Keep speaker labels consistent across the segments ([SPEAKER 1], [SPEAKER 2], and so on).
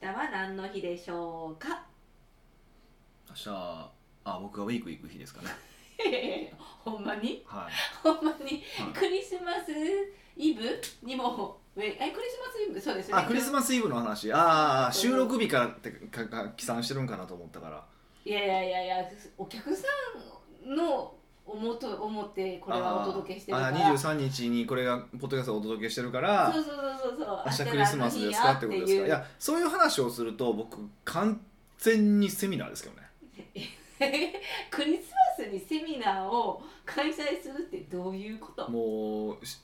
[SPEAKER 1] 日は何の日でしょう か
[SPEAKER 2] 明日あ僕がウィーク行く日ですかね
[SPEAKER 1] ほんまに
[SPEAKER 2] はい
[SPEAKER 1] ほんまに
[SPEAKER 2] はい
[SPEAKER 1] クリスマスイブにもウェイえクリスマスイブそうですよね
[SPEAKER 2] あクリスマスイブの話ああ収録日からってかか起算してるんかなと思ったから
[SPEAKER 1] いやいやいやいやお客さんの思と思ってこれはお届けしてるから
[SPEAKER 2] あーあー23日にこれがポッドキャストをお届けしてるから
[SPEAKER 1] そうそうそうそうそう
[SPEAKER 2] 明日クリスマスですかってことですかいやそういう話をすると僕完全にセミナーですけどね
[SPEAKER 1] クリスマスにセミナーを開催するってどういうこと
[SPEAKER 2] もうし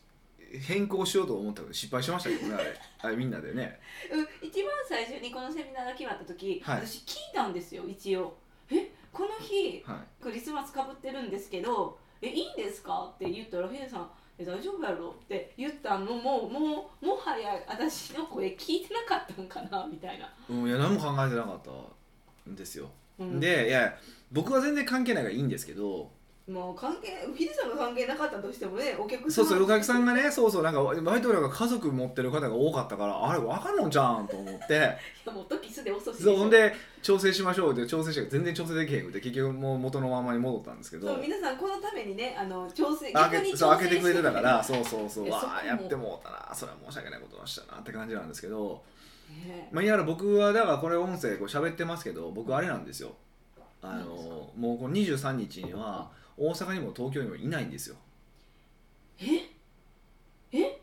[SPEAKER 2] 変更しようと思ったけど失敗しましたけどねあれあれみんなでね
[SPEAKER 1] うん一番最初にこのセミナーが決まった時、
[SPEAKER 2] はい
[SPEAKER 1] 私聞いたんですよ一応えこの日
[SPEAKER 2] はい
[SPEAKER 1] クリスマスかぶってるんですけどえいいんですかって言ったらヒデさんえ大丈夫やろって言ったのももうもはや私の声聞いてなかったんかなみたいな、
[SPEAKER 2] うん、いや何も考えてなかったんですよ、
[SPEAKER 1] うん、
[SPEAKER 2] でいや僕は全然関係ないからいいんですけど
[SPEAKER 1] もう関係ヒデさんが関係なかったとしてもねお客さ
[SPEAKER 2] そ
[SPEAKER 1] ん
[SPEAKER 2] うそうお客さんがねそうそうなんかバイトが家族持ってる方が多かったからあれ分かるのじゃんと思 って
[SPEAKER 1] いやもう時すで遅し
[SPEAKER 2] そうほんで調整しましょうって調整して全然調整できへんくて結局もう元のままに戻ったんですけ
[SPEAKER 1] そ
[SPEAKER 2] ど
[SPEAKER 1] う皆さんこのためにねあの調整
[SPEAKER 2] 開
[SPEAKER 1] に調整
[SPEAKER 2] けそう開けてくれてた
[SPEAKER 1] し
[SPEAKER 2] からそうそうそう
[SPEAKER 1] いやそこ
[SPEAKER 2] わあ
[SPEAKER 1] も
[SPEAKER 2] やってもうたなそれは申し訳ないことをしたなって感じなんですけど、
[SPEAKER 1] ね
[SPEAKER 2] まあ、いや僕はだからこれ音声こう喋ってますけど僕あれなんですよあ
[SPEAKER 1] 何ですか
[SPEAKER 2] のもうこの23日には大阪にも東京にもいないんですよ
[SPEAKER 1] ええ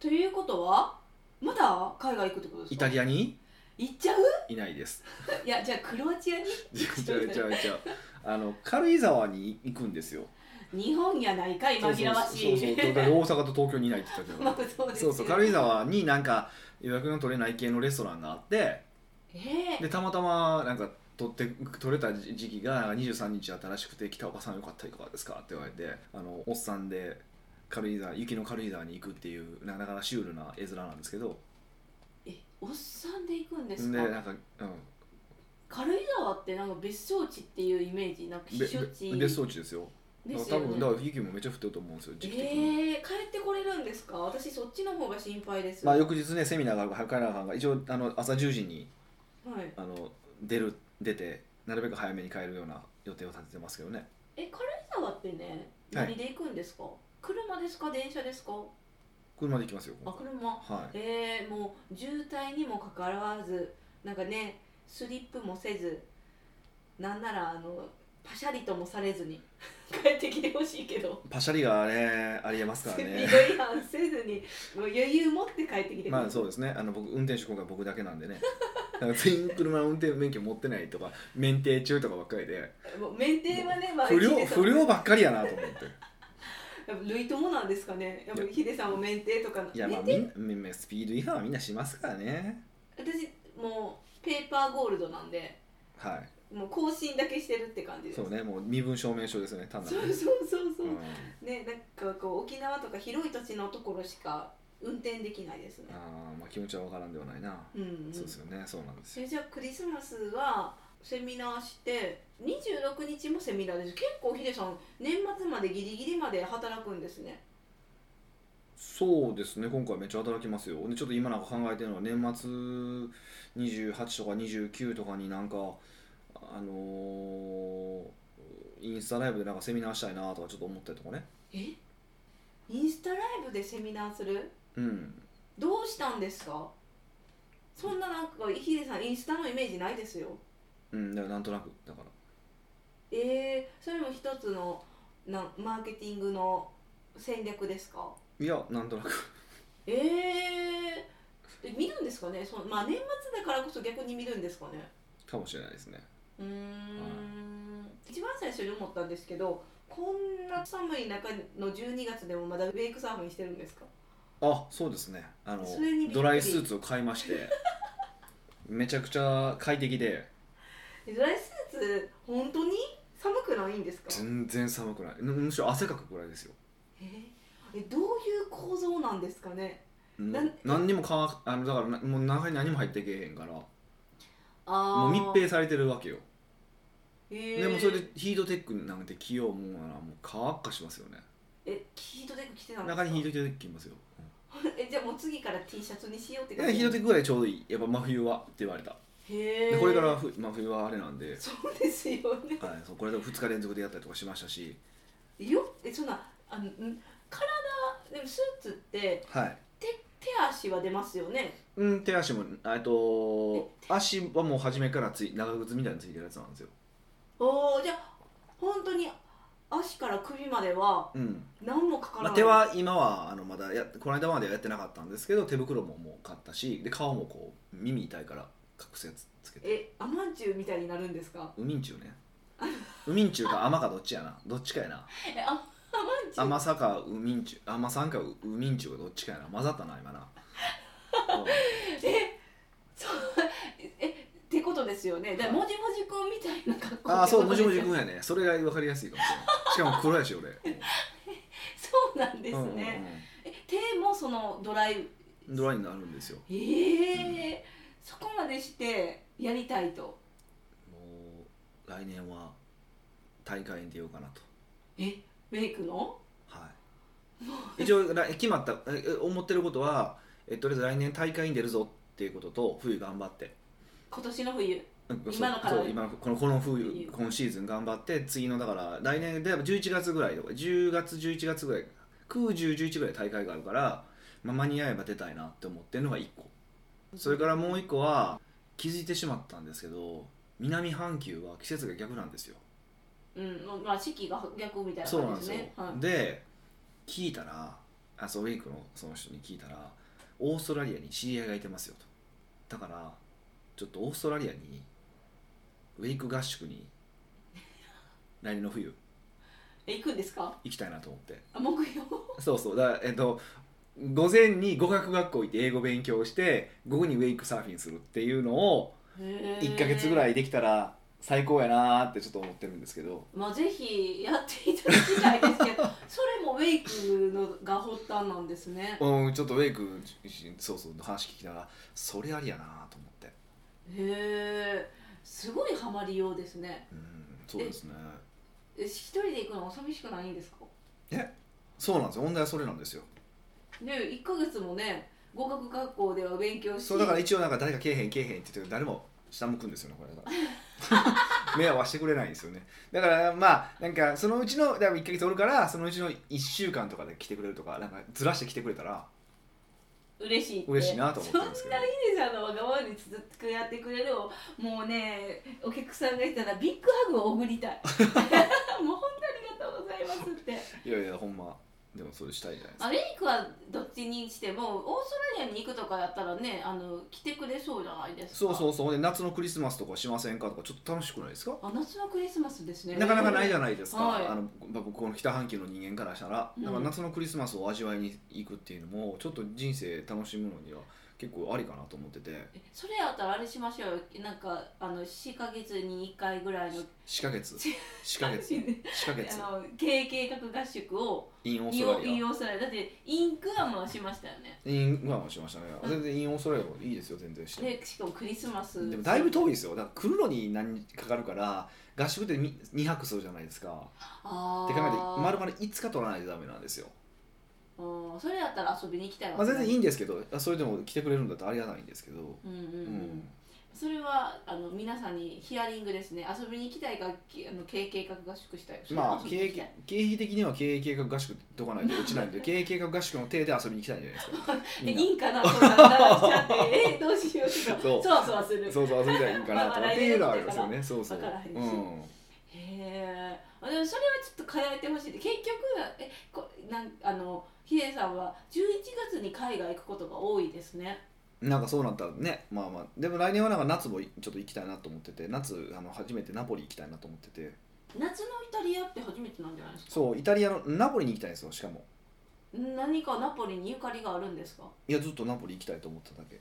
[SPEAKER 1] ということはまだ海外行くってことです
[SPEAKER 2] イ
[SPEAKER 1] か
[SPEAKER 2] タリアに
[SPEAKER 1] 行っちゃう
[SPEAKER 2] いないです
[SPEAKER 1] いやじゃあクロアチアに
[SPEAKER 2] 違う違う違う違うあの軽井沢に行くんですよ
[SPEAKER 1] 日本やないかい紛らわしい
[SPEAKER 2] そうそうそうそうだから大阪と東京にいないって言ったじ ゃ
[SPEAKER 1] ま
[SPEAKER 2] な
[SPEAKER 1] あ
[SPEAKER 2] い
[SPEAKER 1] そうです
[SPEAKER 2] そ
[SPEAKER 1] よ
[SPEAKER 2] うそう軽井沢になんか予約の取れない系のレストランがあって
[SPEAKER 1] ええ
[SPEAKER 2] でたまたまなんか取って取れた時期がなんか23日新しくて「北岡さんよかったいかがですか?」って言われてあのおっさんで軽井沢雪の軽井沢に行くっていうなかなかシュールな絵面なんですけど
[SPEAKER 1] えおっさんで行くんで
[SPEAKER 2] です
[SPEAKER 1] か
[SPEAKER 2] なんか、う
[SPEAKER 1] 軽井沢ってなんか別荘地っていうイメージなんか
[SPEAKER 2] ん、
[SPEAKER 1] 避
[SPEAKER 2] べ
[SPEAKER 1] 暑地
[SPEAKER 2] べ別荘地ですよ
[SPEAKER 1] です
[SPEAKER 2] だ
[SPEAKER 1] よ
[SPEAKER 2] から多分だ
[SPEAKER 1] ね
[SPEAKER 2] から雪もめちゃ降ってると思うんですよ
[SPEAKER 1] え
[SPEAKER 2] 時期的に。
[SPEAKER 1] え帰ってこれるんですか私そっちの方が心配です
[SPEAKER 2] まあ、
[SPEAKER 1] はい
[SPEAKER 2] 翌日ねセミナーがあるから帰らなあかんが一応あの朝10時にあの出る出てなるべく早めに帰るような予定を立ててますけどね
[SPEAKER 1] え軽井沢ってね
[SPEAKER 2] はい
[SPEAKER 1] 何で行くんですか、車ですか電車ですか
[SPEAKER 2] 車で行きますよ
[SPEAKER 1] あ車
[SPEAKER 2] はい
[SPEAKER 1] えー、もう渋滞にもかかわらずなんかねスリップもせずなんならあのパシャリともされずに 帰ってきてほしいけど
[SPEAKER 2] パシャリがねありえますから
[SPEAKER 1] スピ
[SPEAKER 2] ね
[SPEAKER 1] ード違反せずにもう余裕持って帰ってきて
[SPEAKER 2] まあそう
[SPEAKER 1] う
[SPEAKER 2] ですねあの僕運転手今回僕だけなん でねだから全員車の運転免許持ってないとか免停中とかばっかりで
[SPEAKER 1] もう免停はね、まあ、
[SPEAKER 2] 不良
[SPEAKER 1] ヒデさん
[SPEAKER 2] 不良ばっかりやなと思 って
[SPEAKER 1] やっぱ類ともなんですかねやっぱ
[SPEAKER 2] いや
[SPEAKER 1] ヒデさんも免停とか
[SPEAKER 2] いやまあ
[SPEAKER 1] 免
[SPEAKER 2] み
[SPEAKER 1] 停
[SPEAKER 2] んみんスピード違反はみんなしますからね
[SPEAKER 1] 私もうペーパーゴールドなんで
[SPEAKER 2] は
[SPEAKER 1] もう更新だけしてるって感じ
[SPEAKER 2] い
[SPEAKER 1] です
[SPEAKER 2] そうねもう身分証明書ですね単な
[SPEAKER 1] そ
[SPEAKER 2] る
[SPEAKER 1] う
[SPEAKER 2] ね
[SPEAKER 1] そうそうそううんねなんかこう沖縄とか広い土地のところしか運転できないですね
[SPEAKER 2] あーまあ気持ちはわからんではないな
[SPEAKER 1] うん、うん、
[SPEAKER 2] そうですよねそうなんですよ
[SPEAKER 1] えじゃあクリスマスはセミナーして26日もセミナーです結構ヒデさん年末までギリギリまで働くんですね
[SPEAKER 2] そうですね今回めっちゃ働きますよでちょっと今なんか考えてるのは年末28とか29とかになんかあのーインスタライブでなんかセミナーしたいなとかちょっと思ったりとかね
[SPEAKER 1] えインスタライブでセミナーする
[SPEAKER 2] うん
[SPEAKER 1] どうしたんですかそんななんかヒデさんインスタのイメージないですよ
[SPEAKER 2] うんだからなんとなくだから
[SPEAKER 1] えー、それも一つのなんマーケティングの戦略ですか
[SPEAKER 2] いやなんとなく
[SPEAKER 1] ええで見るんですかねその、まあ、年末だからこそ逆に見るんですかね
[SPEAKER 2] かもしれないですね
[SPEAKER 1] うーん、一番最初に思ったんですけどこんな寒い中の12月でもまだウェイクサーフィンしてるんですか
[SPEAKER 2] あそうですねあの
[SPEAKER 1] それにびっくり
[SPEAKER 2] ドライスーツを買いましてめちゃくちゃ快適で
[SPEAKER 1] ドライスーツ本当に寒くないんですか、
[SPEAKER 2] 全然寒くないむむしろ汗かくぐらいですよ
[SPEAKER 1] えーえどういう構造なんですかね
[SPEAKER 2] な
[SPEAKER 1] なん
[SPEAKER 2] 何にも乾かあのだからなもう中に何も入ってけえへんからも
[SPEAKER 1] あ
[SPEAKER 2] う
[SPEAKER 1] ー
[SPEAKER 2] 密閉されてるわけよ
[SPEAKER 1] えー
[SPEAKER 2] でもそれでヒートテックなんて着ようもんならもう乾っかしますよね
[SPEAKER 1] えヒートテック着てたんですか
[SPEAKER 2] 中にヒートテック着ますよ、うん
[SPEAKER 1] えじゃあもう次から T シャツにしようって
[SPEAKER 2] いやひの
[SPEAKER 1] へ
[SPEAKER 2] てぐらいちょうどいいやっぱ真冬はって言われた、で
[SPEAKER 1] え
[SPEAKER 2] これからふ真冬はあれなんで、
[SPEAKER 1] そうですよね
[SPEAKER 2] はい、そうこれでも2日連続でやったりとかしましたし
[SPEAKER 1] よえそんなあのん体でもスーツって
[SPEAKER 2] はい
[SPEAKER 1] 手手足は出ますよね
[SPEAKER 2] うん、手足もえっと足はもう初めからつい長靴みたいについてるやつなんですよ
[SPEAKER 1] おおじゃあ本当に足から首までは
[SPEAKER 2] うん、
[SPEAKER 1] 何もかからな
[SPEAKER 2] ま
[SPEAKER 1] い、
[SPEAKER 2] あ、手は今はあのまだやこの間まではやってなかったんですけど手袋ももう買ったしで顔もこう耳痛いから隠すやつつけて
[SPEAKER 1] えアマンチュウみたいになるんですか
[SPEAKER 2] ウミンチュウねウミンチュウかアマかどっちやなどっちかやな
[SPEAKER 1] えあアマンチュウ
[SPEAKER 2] 甘さかウミンチュウ甘さんかウウミンチュウかどっちかやな混ざったな今な、うん
[SPEAKER 1] えそうえってことですよねだから
[SPEAKER 2] はい
[SPEAKER 1] もじもじくんみたいな格好
[SPEAKER 2] ああそう
[SPEAKER 1] も
[SPEAKER 2] も
[SPEAKER 1] じ
[SPEAKER 2] じ
[SPEAKER 1] も
[SPEAKER 2] も
[SPEAKER 1] じ
[SPEAKER 2] じくんやねそれが分かりやすいかもしれないしかも黒やし俺
[SPEAKER 1] そうなんですね、
[SPEAKER 2] うんうんうん
[SPEAKER 1] え手もそのドライ
[SPEAKER 2] ドライになるんですよ
[SPEAKER 1] ええそこまでしてやりたいと
[SPEAKER 2] もう来年は大会に出ようかなと、
[SPEAKER 1] えメイクの
[SPEAKER 2] はい、一応ら決まったええ思ってることはえとりあえず来年大会に出るぞっていうことと冬頑張って
[SPEAKER 1] 今年の冬
[SPEAKER 2] うんそう
[SPEAKER 1] 今のから
[SPEAKER 2] そう今のこのこの
[SPEAKER 1] いい
[SPEAKER 2] 冬
[SPEAKER 1] よ
[SPEAKER 2] 今シーズン頑張って次のだから来年で11月ぐらいとか10月11月ぐらい91011ぐらい大会があるから、まあ、間に合えば出たいなって思ってるのが1個それからもう1個は気づいてしまったんですけど南半球は季節が逆なんですよ
[SPEAKER 1] うんまあまあ四季が逆みたいな
[SPEAKER 2] そうな
[SPEAKER 1] 感
[SPEAKER 2] んで
[SPEAKER 1] じ
[SPEAKER 2] す
[SPEAKER 1] です
[SPEAKER 2] よ
[SPEAKER 1] ね、はい、
[SPEAKER 2] で聞いたらあそうウィークのその人に聞いたらオーストラリアに知り合いがいてますよとだからちょっとオーストラリアにウェイク合宿 に来年の冬
[SPEAKER 1] え行くんですか
[SPEAKER 2] 行きたいなと思って
[SPEAKER 1] あ木曜
[SPEAKER 2] そうそうだからえっと午前に語学学校行って英語勉強して午後にウェイクサーフィンするっていうのを1か月ぐ
[SPEAKER 1] い
[SPEAKER 2] らいできたら最高やなーってちょっと思ってるんですけど
[SPEAKER 1] まあぜひやっていただきたいですけど それもウェイクのが発端なんですね
[SPEAKER 2] うん、ちょっとウェイクそうそうの話聞きながらそれありやなと思って
[SPEAKER 1] へえすごいハマりようですね
[SPEAKER 2] うんそうですね
[SPEAKER 1] え一人で行くのは寂しくないんですか
[SPEAKER 2] そうなんですよ問題はそれなんですよ
[SPEAKER 1] で一ヶ月もね合格学校では勉強し
[SPEAKER 2] そうだから一応なんか誰かけえへんけえへんって言ってるけど誰も下向くんですよねこれが 目はしてくれないんですよねだからまあなんかそのうちのだから1か月おるからそのうちの1週間とかで来てくれるとかなんかずらして来てくれたら
[SPEAKER 1] 嬉しいって
[SPEAKER 2] 嬉しいなと思ってるんです
[SPEAKER 1] そ
[SPEAKER 2] け
[SPEAKER 1] ん
[SPEAKER 2] ど
[SPEAKER 1] なヒデさんのわがままに続くやってくれるをもうねお客さんがいたらビッグハグを送り たいもう本当にありがとうございますって
[SPEAKER 2] いやいやほんまでもそれしたいじゃないですか
[SPEAKER 1] アメリカはどっちにしてもオーストラリアに行くとかやったらねあの来てくれそうじゃないです
[SPEAKER 2] そ
[SPEAKER 1] か
[SPEAKER 2] うそうそうで夏のクリスマスとかしませんかとかちょっと楽しくないですか
[SPEAKER 1] あ夏のクリスマスですね
[SPEAKER 2] なかなかないじ
[SPEAKER 1] ゃ
[SPEAKER 2] ゃないですか、
[SPEAKER 1] はい
[SPEAKER 2] あのまあ僕この北半球の人間からしたら、
[SPEAKER 1] うん
[SPEAKER 2] だから夏のクリスマスを味わいに行くっていうのもちょっと人生楽しむのには結構ありかなと思ってて
[SPEAKER 1] それやったらあれしましょうよなんかあの4ヶ月に1回ぐらいの
[SPEAKER 2] 4 ヶ月4ヶ月4ヶ月
[SPEAKER 1] あの経営計画合宿を
[SPEAKER 2] in オース
[SPEAKER 1] イ
[SPEAKER 2] ト
[SPEAKER 1] オ
[SPEAKER 2] ラ
[SPEAKER 1] イ
[SPEAKER 2] リ
[SPEAKER 1] ンオーストラリアだってイングアムはしましたよね
[SPEAKER 2] ア in グアムしましたね
[SPEAKER 1] うん
[SPEAKER 2] 全然 in オーストラリアもいいですよ全然しても
[SPEAKER 1] でしかもクリスマス
[SPEAKER 2] でもだいぶ遠いですよだから来るのに何日かかるから合宿って2泊するじゃないですか
[SPEAKER 1] あ
[SPEAKER 2] って考えて
[SPEAKER 1] あ
[SPEAKER 2] まるまる5日取らないとダメなんですよ、
[SPEAKER 1] うんそれやったら遊びに行きたいわ
[SPEAKER 2] まあ、全然いい
[SPEAKER 1] い
[SPEAKER 2] んですけどあそれでも来てくれるんだったらありがたいんですけど
[SPEAKER 1] うんうんう、
[SPEAKER 2] うん
[SPEAKER 1] それはあの皆さんにヒアリングですね遊びに行きたいかきあの経営計画合宿したいそれ
[SPEAKER 2] まあ
[SPEAKER 1] 遊び
[SPEAKER 2] 経
[SPEAKER 1] に
[SPEAKER 2] 営
[SPEAKER 1] 行きたい
[SPEAKER 2] 経費的には経営計画合宿とかないと落ちない んで経営計画合宿の手で遊びに行きたいんじゃないですか
[SPEAKER 1] で
[SPEAKER 2] みんない
[SPEAKER 1] いんかなそんな話しちゃって えどうしようとか
[SPEAKER 2] そ
[SPEAKER 1] そうそわそわする
[SPEAKER 2] そうそう遊びたいんかなとかっていうのはありますよ
[SPEAKER 1] ま
[SPEAKER 2] ねそうそう
[SPEAKER 1] わからへんし
[SPEAKER 2] うん
[SPEAKER 1] へえでもそれはちょっと変えてほしい結局えこなんあのヒデさんは11月に海外行くことが多いですね
[SPEAKER 2] なんかそうなったらねまあまあでも来年はなんか夏もちょっと行きたいなと思ってて夏あの初めてナポリ行きたいなと思ってて
[SPEAKER 1] 夏のイタリアって初めてなんじゃないですか
[SPEAKER 2] そうイタリアのナポリに行きたいんですよしかも
[SPEAKER 1] 何かナポリにゆかりがあるんですか
[SPEAKER 2] いやずっとナポリ行きたいと思ってただけ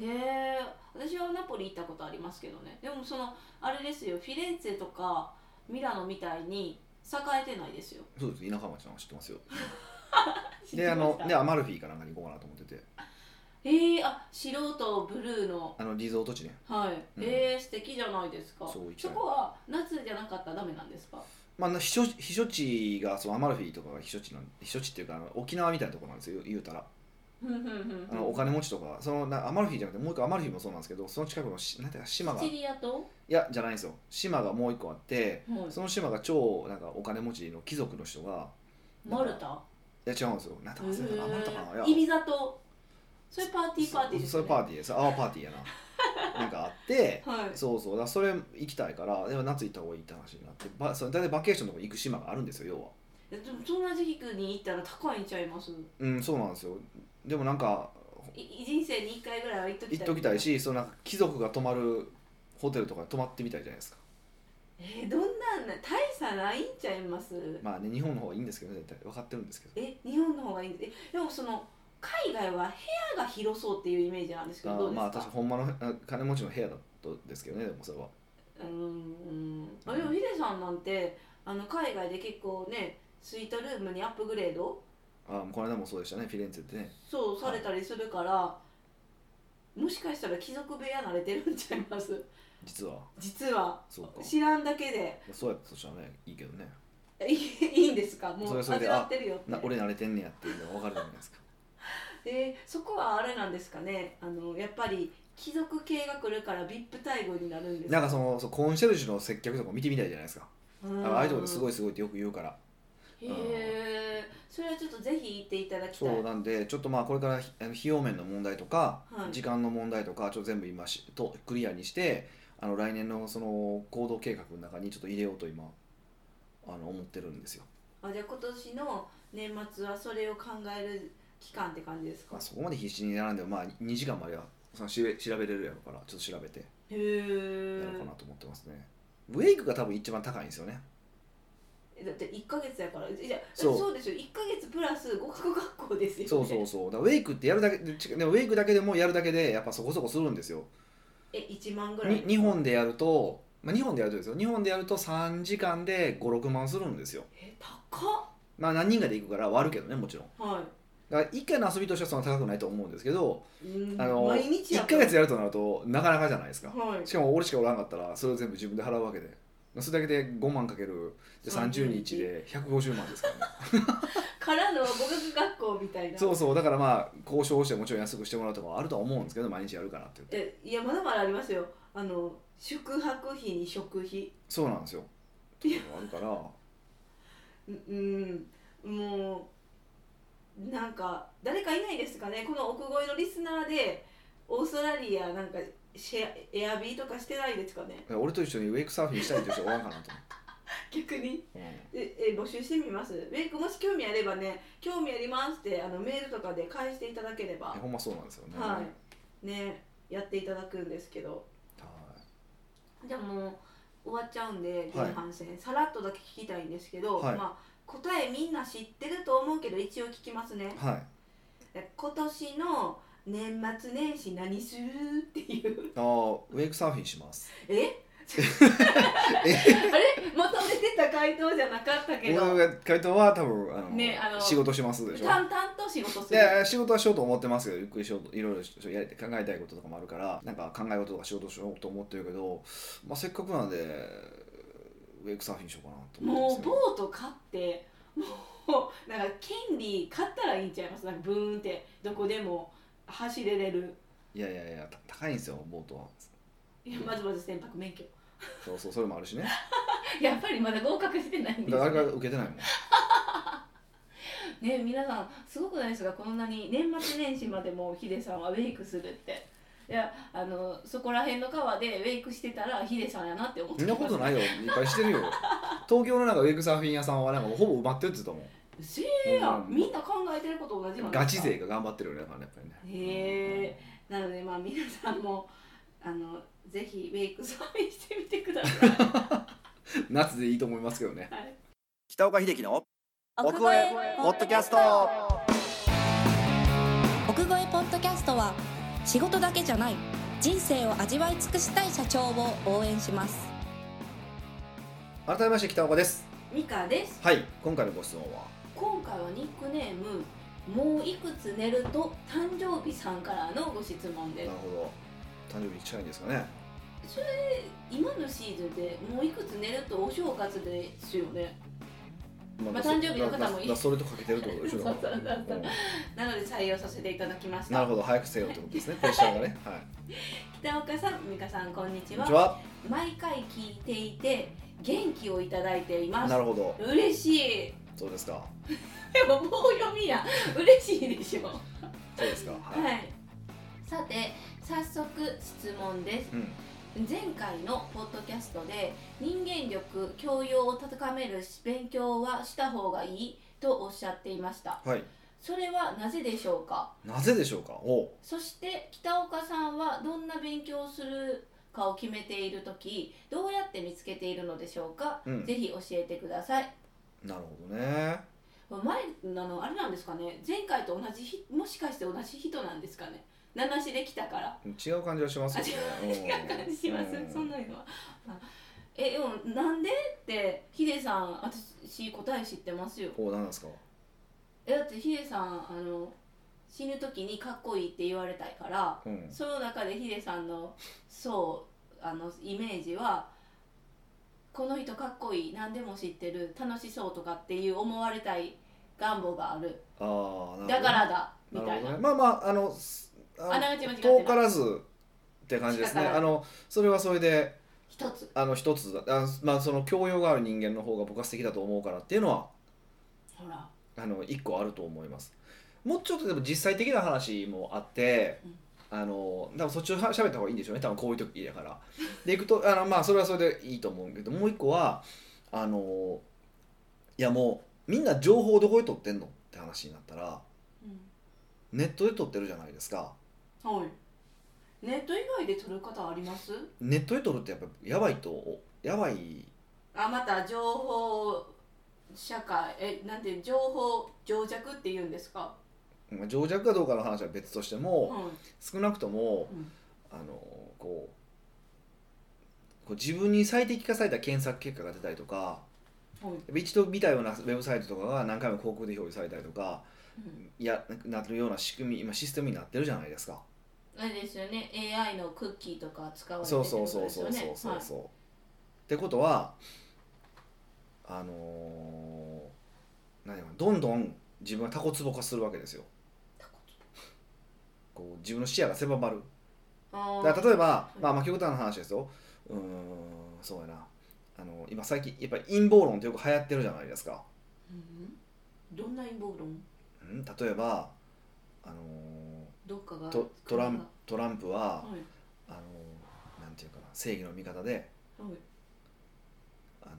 [SPEAKER 1] へえ私はナポリ行ったことありますけどねでもそのあれですよフィレンツェとかミラノみたいに栄えてないですよ
[SPEAKER 2] そうです田舎町なんか知ってますよ
[SPEAKER 1] 知って
[SPEAKER 2] で
[SPEAKER 1] ま
[SPEAKER 2] あの
[SPEAKER 1] した
[SPEAKER 2] でアマルフィかなんかに行こうかなと思ってて
[SPEAKER 1] へえあ白とブルーの
[SPEAKER 2] あのリゾート地ね
[SPEAKER 1] はい、
[SPEAKER 2] うん
[SPEAKER 1] ええ素敵じゃないですか
[SPEAKER 2] そう行きたい
[SPEAKER 1] こは夏じゃなかったらダメなんですか
[SPEAKER 2] まあ、な避暑避暑地がそのアマルフィとかが避暑地なん避暑地っていうかあの沖縄みたいなところなんですよ言うたら
[SPEAKER 1] ふんふんふん
[SPEAKER 2] あのお金持ちとかそのなアマルフィじゃなくてもう一個アマルフィもそうなんですけどその近くのしなんていうか島が
[SPEAKER 1] シチ
[SPEAKER 2] い
[SPEAKER 1] リア島
[SPEAKER 2] やじゃないんですよ島がもう一個あって
[SPEAKER 1] はい
[SPEAKER 2] その島が超なんかお金持ちの貴族の人が
[SPEAKER 1] マルタ
[SPEAKER 2] いや違うんですよなんとか忘れたなマルタかないや
[SPEAKER 1] イビザ島それパーティーパーティーです
[SPEAKER 2] そ
[SPEAKER 1] よ
[SPEAKER 2] れ
[SPEAKER 1] ね
[SPEAKER 2] パーティーですアワーパーティーやななんかあって
[SPEAKER 1] はい
[SPEAKER 2] そうそうだからそれ行きたいからでも夏行った方がいいって話になってばそれ大体バケーションとか行く島があるんですよ要は
[SPEAKER 1] でもそんな時期に行ったら高いんちゃいます
[SPEAKER 2] うんそうなんですよでもなんか
[SPEAKER 1] い人生に1回ぐらいは行っとき
[SPEAKER 2] 行った
[SPEAKER 1] い
[SPEAKER 2] ときたいしそのなんか貴族が泊まるホテルとかに泊まってみたいじゃないですか
[SPEAKER 1] えーどんなんな大差ないんちゃいます
[SPEAKER 2] まあね日本の方がいいんですけどね絶対分かってるんですけど
[SPEAKER 1] え日本の方がいいんですえでもその海外は部屋が広そうっていうイメージなんですけどどう
[SPEAKER 2] あ
[SPEAKER 1] です
[SPEAKER 2] ま
[SPEAKER 1] か
[SPEAKER 2] あ確かほんまのあ金持ちの部屋だとですけどねでもそれは
[SPEAKER 1] うーんあでもヒデさんなんてあの海外で結構ねスイートルームにアップグレード
[SPEAKER 2] あこの間もそうでしたねフィレンツェってね
[SPEAKER 1] そうされたりするから、もしかしたら貴族部屋慣れてるんちゃいます
[SPEAKER 2] 実は
[SPEAKER 1] 実は
[SPEAKER 2] そうか
[SPEAKER 1] 知らんだけで
[SPEAKER 2] そうやったとしたらねいいけどね
[SPEAKER 1] いいいんですかも
[SPEAKER 2] それ
[SPEAKER 1] う
[SPEAKER 2] はそれ
[SPEAKER 1] 味
[SPEAKER 2] で
[SPEAKER 1] わってるよって
[SPEAKER 2] な俺慣れてんねやっていうのが分かるじゃないですか
[SPEAKER 1] えーそこはあれなんですかねあのやっぱり貴族系が来るから VIP 待遇になる んです
[SPEAKER 2] なんかそのそうコンシェルジュの接客とか見てみたいじゃないですか
[SPEAKER 1] うん
[SPEAKER 2] あああいうとこですごいすごいってよく言うから
[SPEAKER 1] へえそれはちょっとぜひ行っていただきたい
[SPEAKER 2] そうなんでちょっとまあこれからひあの費用面の問題とか、
[SPEAKER 1] はい
[SPEAKER 2] 時間の問題とかちょっと全部今しとクリアにしてあの来年のその行動計画の中にちょっと入れようと今あの思ってるんですよ、
[SPEAKER 1] あじゃあ今年の年末はそれを考える期間って感じですか
[SPEAKER 2] まあ、そこまで必死にやらんでもまあ2時間もあればそのし調べれるやろうからちょっと調べてや
[SPEAKER 1] へ
[SPEAKER 2] ろう
[SPEAKER 1] え
[SPEAKER 2] かなと思ってますね、ウェイクが多分一番高いんですよね
[SPEAKER 1] だって1か月やからいや
[SPEAKER 2] そ
[SPEAKER 1] そううですよ1か月プラス語学学校ですよ、ね、
[SPEAKER 2] そうそうそうだからウェイクってやるだけでちでもウェイクだけでもやるだけでやっぱそこそこするんですよ
[SPEAKER 1] え1万ぐらい
[SPEAKER 2] に日本でやると、まあ、日本でやるとですよ日本でやると3時間で56万するんですよ
[SPEAKER 1] え高
[SPEAKER 2] まあ何人かで行くから割るけどねもちろん
[SPEAKER 1] っは
[SPEAKER 2] だから1回の遊びとしてはそんな高くないと思うんですけど、
[SPEAKER 1] い、うん、
[SPEAKER 2] あの
[SPEAKER 1] 毎日や
[SPEAKER 2] 1
[SPEAKER 1] った
[SPEAKER 2] ヶ
[SPEAKER 1] ら
[SPEAKER 2] 月やるとなるとなかなかじゃないですか
[SPEAKER 1] はい
[SPEAKER 2] しかも俺しかおらんかったらそれを全部自分で払うわけでそれだけで5万かけるで30日で150万ですからね
[SPEAKER 1] からの語学学校みたいな
[SPEAKER 2] そうそうだからまあ交渉してもちろん安くしてもらうとかはあるとは思うんですけど毎日やるからって言って
[SPEAKER 1] えいやまだまだありますよあの宿泊費に食費
[SPEAKER 2] そうなんですよというのがあるから
[SPEAKER 1] うんうんもうなんか誰かいないですかねこの奥越えのリスナーでオーストラリアなんかシェアエアビーとかしてないですかね
[SPEAKER 2] 俺と一緒にウェイクサーフィンしたいという人おらんかなと
[SPEAKER 1] 逆に
[SPEAKER 2] 思って、
[SPEAKER 1] ええ募集してみますウェイクもし興味あればね興味ありますってあのメールとかで返していただければ
[SPEAKER 2] うん、ほんまそうなんですよね
[SPEAKER 1] はいねやっていただくんですけど
[SPEAKER 2] はい
[SPEAKER 1] じゃあもう終わっちゃうんで
[SPEAKER 2] はい
[SPEAKER 1] 前半戦、さらっとだけ聞きたいんですけど、
[SPEAKER 2] はい
[SPEAKER 1] まあ、答えみんな知ってると思うけど一応聞きますね
[SPEAKER 2] はい、
[SPEAKER 1] え今年の年末年始何するっていう
[SPEAKER 2] あーウェイクサーフィンします。
[SPEAKER 1] え
[SPEAKER 2] え
[SPEAKER 1] あれ求めてた回答じゃなかったけ
[SPEAKER 2] 俺
[SPEAKER 1] ど
[SPEAKER 2] が回答は多分あの、
[SPEAKER 1] ねあの
[SPEAKER 2] 仕事しますでしょ。
[SPEAKER 1] 淡々と仕事する
[SPEAKER 2] いやいや仕事はしようと思ってますけどゆっくりしようといろいろしやり考えたいこととかもあるからなんか考え事とか仕事しようと思ってるけど、まあ、せっかくなんでウェイクサーフィンしようかなと思って
[SPEAKER 1] も
[SPEAKER 2] ま
[SPEAKER 1] う
[SPEAKER 2] すけど
[SPEAKER 1] ボート買ってもうなんか権利買ったらいいんちゃいますなんかブーンってどこでも走れれる
[SPEAKER 2] いやいやいやた高いんですよボートは。
[SPEAKER 1] いやまずまず船舶免許
[SPEAKER 2] そうそうそれもあるしね。
[SPEAKER 1] やっぱりまだ合格してないんで
[SPEAKER 2] だからあ
[SPEAKER 1] す
[SPEAKER 2] れから受けて ないもん。
[SPEAKER 1] ね皆さんすごくないですかこんなに年末年始までもヒデさんはウェイクするっていやあのそこら辺の川でウェイクしてたらヒデさんやなって思って
[SPEAKER 2] そんなこと
[SPEAKER 1] い
[SPEAKER 2] ないよいっぱいしてるよ。東京のなんかウェイクサーフィン屋さんはなんかもうほぼ埋まってるって言ってたもん。
[SPEAKER 1] せいや、
[SPEAKER 2] うん
[SPEAKER 1] みんな考えてること同じなんですか
[SPEAKER 2] ガチ勢が頑張ってるよね、だからねやっぱりね。
[SPEAKER 1] へえなのでまあ皆さんもあのぜひウェイクサービスしてみてください、
[SPEAKER 2] 夏でいいと思いますけどね。
[SPEAKER 1] はい
[SPEAKER 2] 北岡秀樹の奥越ポッドキャスト。
[SPEAKER 3] 奥越えポッドキャストは仕事だけじゃない人生を味わい尽くしたい社長を応援します
[SPEAKER 2] 改めまして北岡です。
[SPEAKER 1] ミカです
[SPEAKER 2] はい、今回のご質問は。
[SPEAKER 1] 今回はニックネームもういくつ寝ると誕生日さんからのご質問
[SPEAKER 2] な
[SPEAKER 1] で
[SPEAKER 2] る
[SPEAKER 1] す
[SPEAKER 2] ほど。誕生日近いんですかね。
[SPEAKER 1] それ今のシーズンでもういくつ寝るとお正月ですよね
[SPEAKER 2] ま
[SPEAKER 1] まあ誕生日の方もいい
[SPEAKER 2] だだそれ とかけてるってことでしょ
[SPEAKER 1] そうそうそうそう
[SPEAKER 2] うん
[SPEAKER 1] なので採用させていただきました
[SPEAKER 2] なるほど早くせよってことですねプレッシャーが ねはい
[SPEAKER 1] 北岡さん美香さんこんにち
[SPEAKER 2] こん
[SPEAKER 1] は
[SPEAKER 2] にちは
[SPEAKER 1] 毎回聞いていて元気をいただいています
[SPEAKER 2] なるほど
[SPEAKER 1] 嬉しい
[SPEAKER 2] そうですか
[SPEAKER 1] でも棒読みや 嬉しいでしょ
[SPEAKER 2] そうですかはい、
[SPEAKER 1] はいさて早速質問です
[SPEAKER 2] うん
[SPEAKER 1] 前回のポッドキャストで人間力教養を高める勉強はした方がいいとおっしゃっていました
[SPEAKER 2] はい
[SPEAKER 1] それはなぜでしょうか
[SPEAKER 2] なぜでしょうかおう
[SPEAKER 1] そして北岡さんはどんな勉強をするかを決めている時どうやって見つけているのでしょうか、
[SPEAKER 2] うん
[SPEAKER 1] ぜひ教えてください
[SPEAKER 2] なるほどね
[SPEAKER 1] 前あのあれなんですかね前回と同じ日もしかして同じ人なんですかね名無しで来たから
[SPEAKER 2] 違う感じはしますよ ね
[SPEAKER 1] 違う感じします、
[SPEAKER 2] うん
[SPEAKER 1] そんなのは。あえでもなんでってヒデさん私答え知ってますよ
[SPEAKER 2] おう何なんですか
[SPEAKER 1] えだってヒデさんあの死ぬ時にかっこいいって言われたいから
[SPEAKER 2] うん
[SPEAKER 1] その中でヒデさんのそうあのイメージはこの人かっこいい何でも知ってる楽しそうとかっていう思われたい願望がある
[SPEAKER 2] ああなるほど
[SPEAKER 1] だからだみ
[SPEAKER 2] な
[SPEAKER 1] た
[SPEAKER 2] る
[SPEAKER 1] い
[SPEAKER 2] ほど
[SPEAKER 1] な
[SPEAKER 2] ねまあまああのすあの
[SPEAKER 1] あながち間違ってない
[SPEAKER 2] 遠からずって感じです
[SPEAKER 1] 近
[SPEAKER 2] ね
[SPEAKER 1] からず
[SPEAKER 2] あのそれはそれで
[SPEAKER 1] 一つ
[SPEAKER 2] あの一つだあまあその教養がある人間の方が僕は素敵だと思うからっていうのは
[SPEAKER 1] ほら
[SPEAKER 2] あの一個あると思いますもうちょっとでも実際的な話もあって、あの多分そっちを喋った方がいいんでしょうね多分こういう時だからでいくとあのまあそれはそれでいいと思うけどもう一個はあのいやもうみんな情報どこで取ってんのって話になったら
[SPEAKER 1] うん
[SPEAKER 2] ネットで取ってるじゃないですか
[SPEAKER 1] はいネット以外で撮る方あります
[SPEAKER 2] ネットで取るってやっぱやばいとやばい
[SPEAKER 1] あまた情報社会えなんて情報情弱って言うんですか、
[SPEAKER 2] まあ情弱かどうかの話は別として
[SPEAKER 1] うん
[SPEAKER 2] も、少なくとも
[SPEAKER 1] うん
[SPEAKER 2] あのこうこう自分に最適化された検索結果が出たりとか
[SPEAKER 1] はい
[SPEAKER 2] やっぱ一度見たようなウェブサイトとかが何回も広告で表示されたりとか
[SPEAKER 1] うん
[SPEAKER 2] いやななるような仕組み今システムになってるじゃないですか、
[SPEAKER 1] あれですよね AI のクッキーとか使われてる
[SPEAKER 2] そう
[SPEAKER 1] って
[SPEAKER 2] そう
[SPEAKER 1] こと
[SPEAKER 2] そう
[SPEAKER 1] です
[SPEAKER 2] そ
[SPEAKER 1] よ
[SPEAKER 2] う
[SPEAKER 1] ね
[SPEAKER 2] そうそう
[SPEAKER 1] はい
[SPEAKER 2] そう、ってことはあのー何やろどんどん自分はタコツボ化するわけですよこう自分の視野が狭まる
[SPEAKER 1] あー
[SPEAKER 2] だから例えば、まあ、まあ極端な話ですようーんそうやなあの今最近やっぱり陰謀論ってよく流行ってるじゃないですか、
[SPEAKER 1] うんどんな陰謀論
[SPEAKER 2] うん、例えば、あの
[SPEAKER 1] どっか
[SPEAKER 2] ー
[SPEAKER 1] が
[SPEAKER 2] トトラントランプは
[SPEAKER 1] は、い
[SPEAKER 2] あのーなんていうかな正義の味方で、
[SPEAKER 1] はい
[SPEAKER 2] あの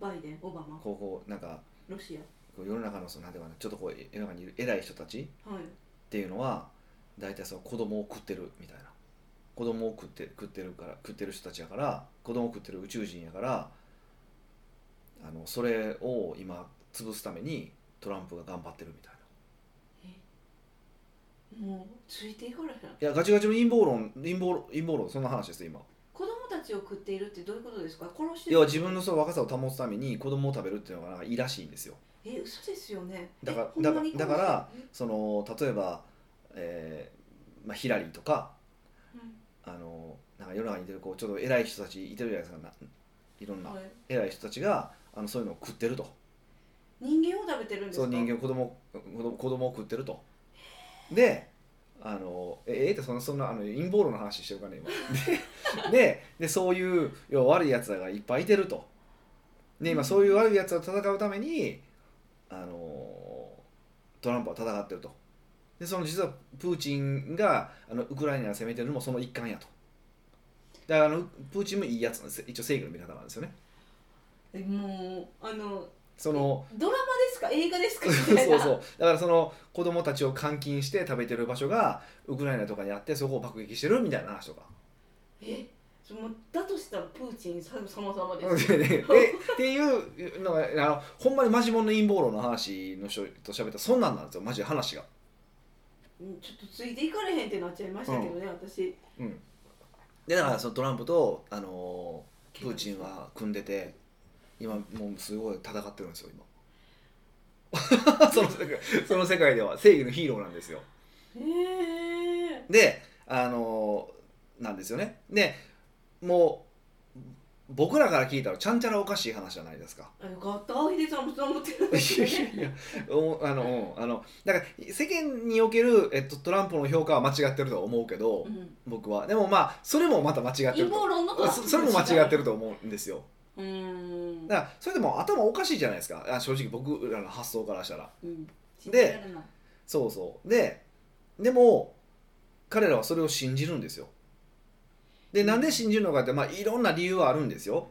[SPEAKER 1] バイデンオバ
[SPEAKER 2] ー
[SPEAKER 1] マ
[SPEAKER 2] こうこうなんか
[SPEAKER 1] ロシ
[SPEAKER 2] こう世の中のそのなんていうかなちょっとこう世の中にいる偉い人たちっ
[SPEAKER 1] アはい
[SPEAKER 2] ていうのは大体その子供を食ってるみたいな子供を食って食ってるから食ってる人たちやから子供を食ってる宇宙人やからあのそれを今潰すためにトランプが頑張ってるみたいな
[SPEAKER 1] もうついていかれへん
[SPEAKER 2] いやガチガチの陰謀論陰謀論陰謀論そんな話です今
[SPEAKER 1] 子供たちを食っているってどういうことですか殺してる
[SPEAKER 2] 要は自分のその若さを保つために子供を食べるっていうのがなんかいいらしいんですよ
[SPEAKER 1] え嘘ですよね
[SPEAKER 2] だか
[SPEAKER 1] え
[SPEAKER 2] ら
[SPEAKER 1] ほんまに
[SPEAKER 2] だからだか
[SPEAKER 1] 殺
[SPEAKER 2] ら
[SPEAKER 1] してる
[SPEAKER 2] その例えば、えーまあ、ヒラリーとか
[SPEAKER 1] うん
[SPEAKER 2] あのなんか世の中にいてるこうちょっと偉い人たちいてるじゃないですかないろんな
[SPEAKER 1] はい
[SPEAKER 2] 偉い人たちがあのそういうのを食ってると
[SPEAKER 1] 人間を食べてるんです
[SPEAKER 2] そ
[SPEAKER 1] か
[SPEAKER 2] う人間子供子供子供を食ってるとであのええってそんなそんなあの陰謀論の話してるかね今でででそういう要は悪いやつらがいっぱいいてるとで今そういう悪いやつらと戦うためにあのトランプは戦ってるとでその実はプーチンがあのウクライナを攻めてるのもその一環やとだからあのプーチンもいいやつなんですよ一応正義の味方なんですよね
[SPEAKER 1] えもうあの
[SPEAKER 2] その
[SPEAKER 1] ドラマですか映画ですか
[SPEAKER 2] そう
[SPEAKER 1] みたい
[SPEAKER 2] そ
[SPEAKER 1] な
[SPEAKER 2] うそうだからその子供たちを監禁して食べてる場所がウクライナとかにあってそこを爆撃してるみたいな話とか。
[SPEAKER 1] えそのだとしたらプーチンさ様々
[SPEAKER 2] で
[SPEAKER 1] です
[SPEAKER 2] でっていうのがあのほんまにマジモンの陰謀論の話の人と喋ったらそんなんなんですよマジで話が。
[SPEAKER 1] うんちょっとついていかれへんってなっちゃいましたけどね、私
[SPEAKER 2] うん、でだからそのトランプと、あのープーチンは組んでて今もうすごい戦ってるんですよ今 その世界その世界では正義のヒーローなんですよ。
[SPEAKER 1] へえ
[SPEAKER 2] であのなんですよねでもう僕らから聞いたらちゃんちゃらおかしい話じゃないで すか。
[SPEAKER 1] あよかったヒデちゃんもそう思ってるん
[SPEAKER 2] い
[SPEAKER 1] で
[SPEAKER 2] や
[SPEAKER 1] すね
[SPEAKER 2] いやいやおあのうんあのだから世間における、えっと、トランプの評価は間違ってるとは思うけど、
[SPEAKER 1] うん
[SPEAKER 2] 僕はでもまあそれもまた間違って
[SPEAKER 1] 陰
[SPEAKER 2] ると
[SPEAKER 1] 謀論の
[SPEAKER 2] あそそれも間違ってると思うんですよ
[SPEAKER 1] うーん
[SPEAKER 2] だからそれでも頭おかしいじゃないですかあ正直僕らの発想からしたら
[SPEAKER 1] うん
[SPEAKER 2] で
[SPEAKER 1] 信じられない
[SPEAKER 2] そうそうででも彼らはそれを信じるんですよでなんで信じるのかって、まあ、いろんな理由はあるんですよ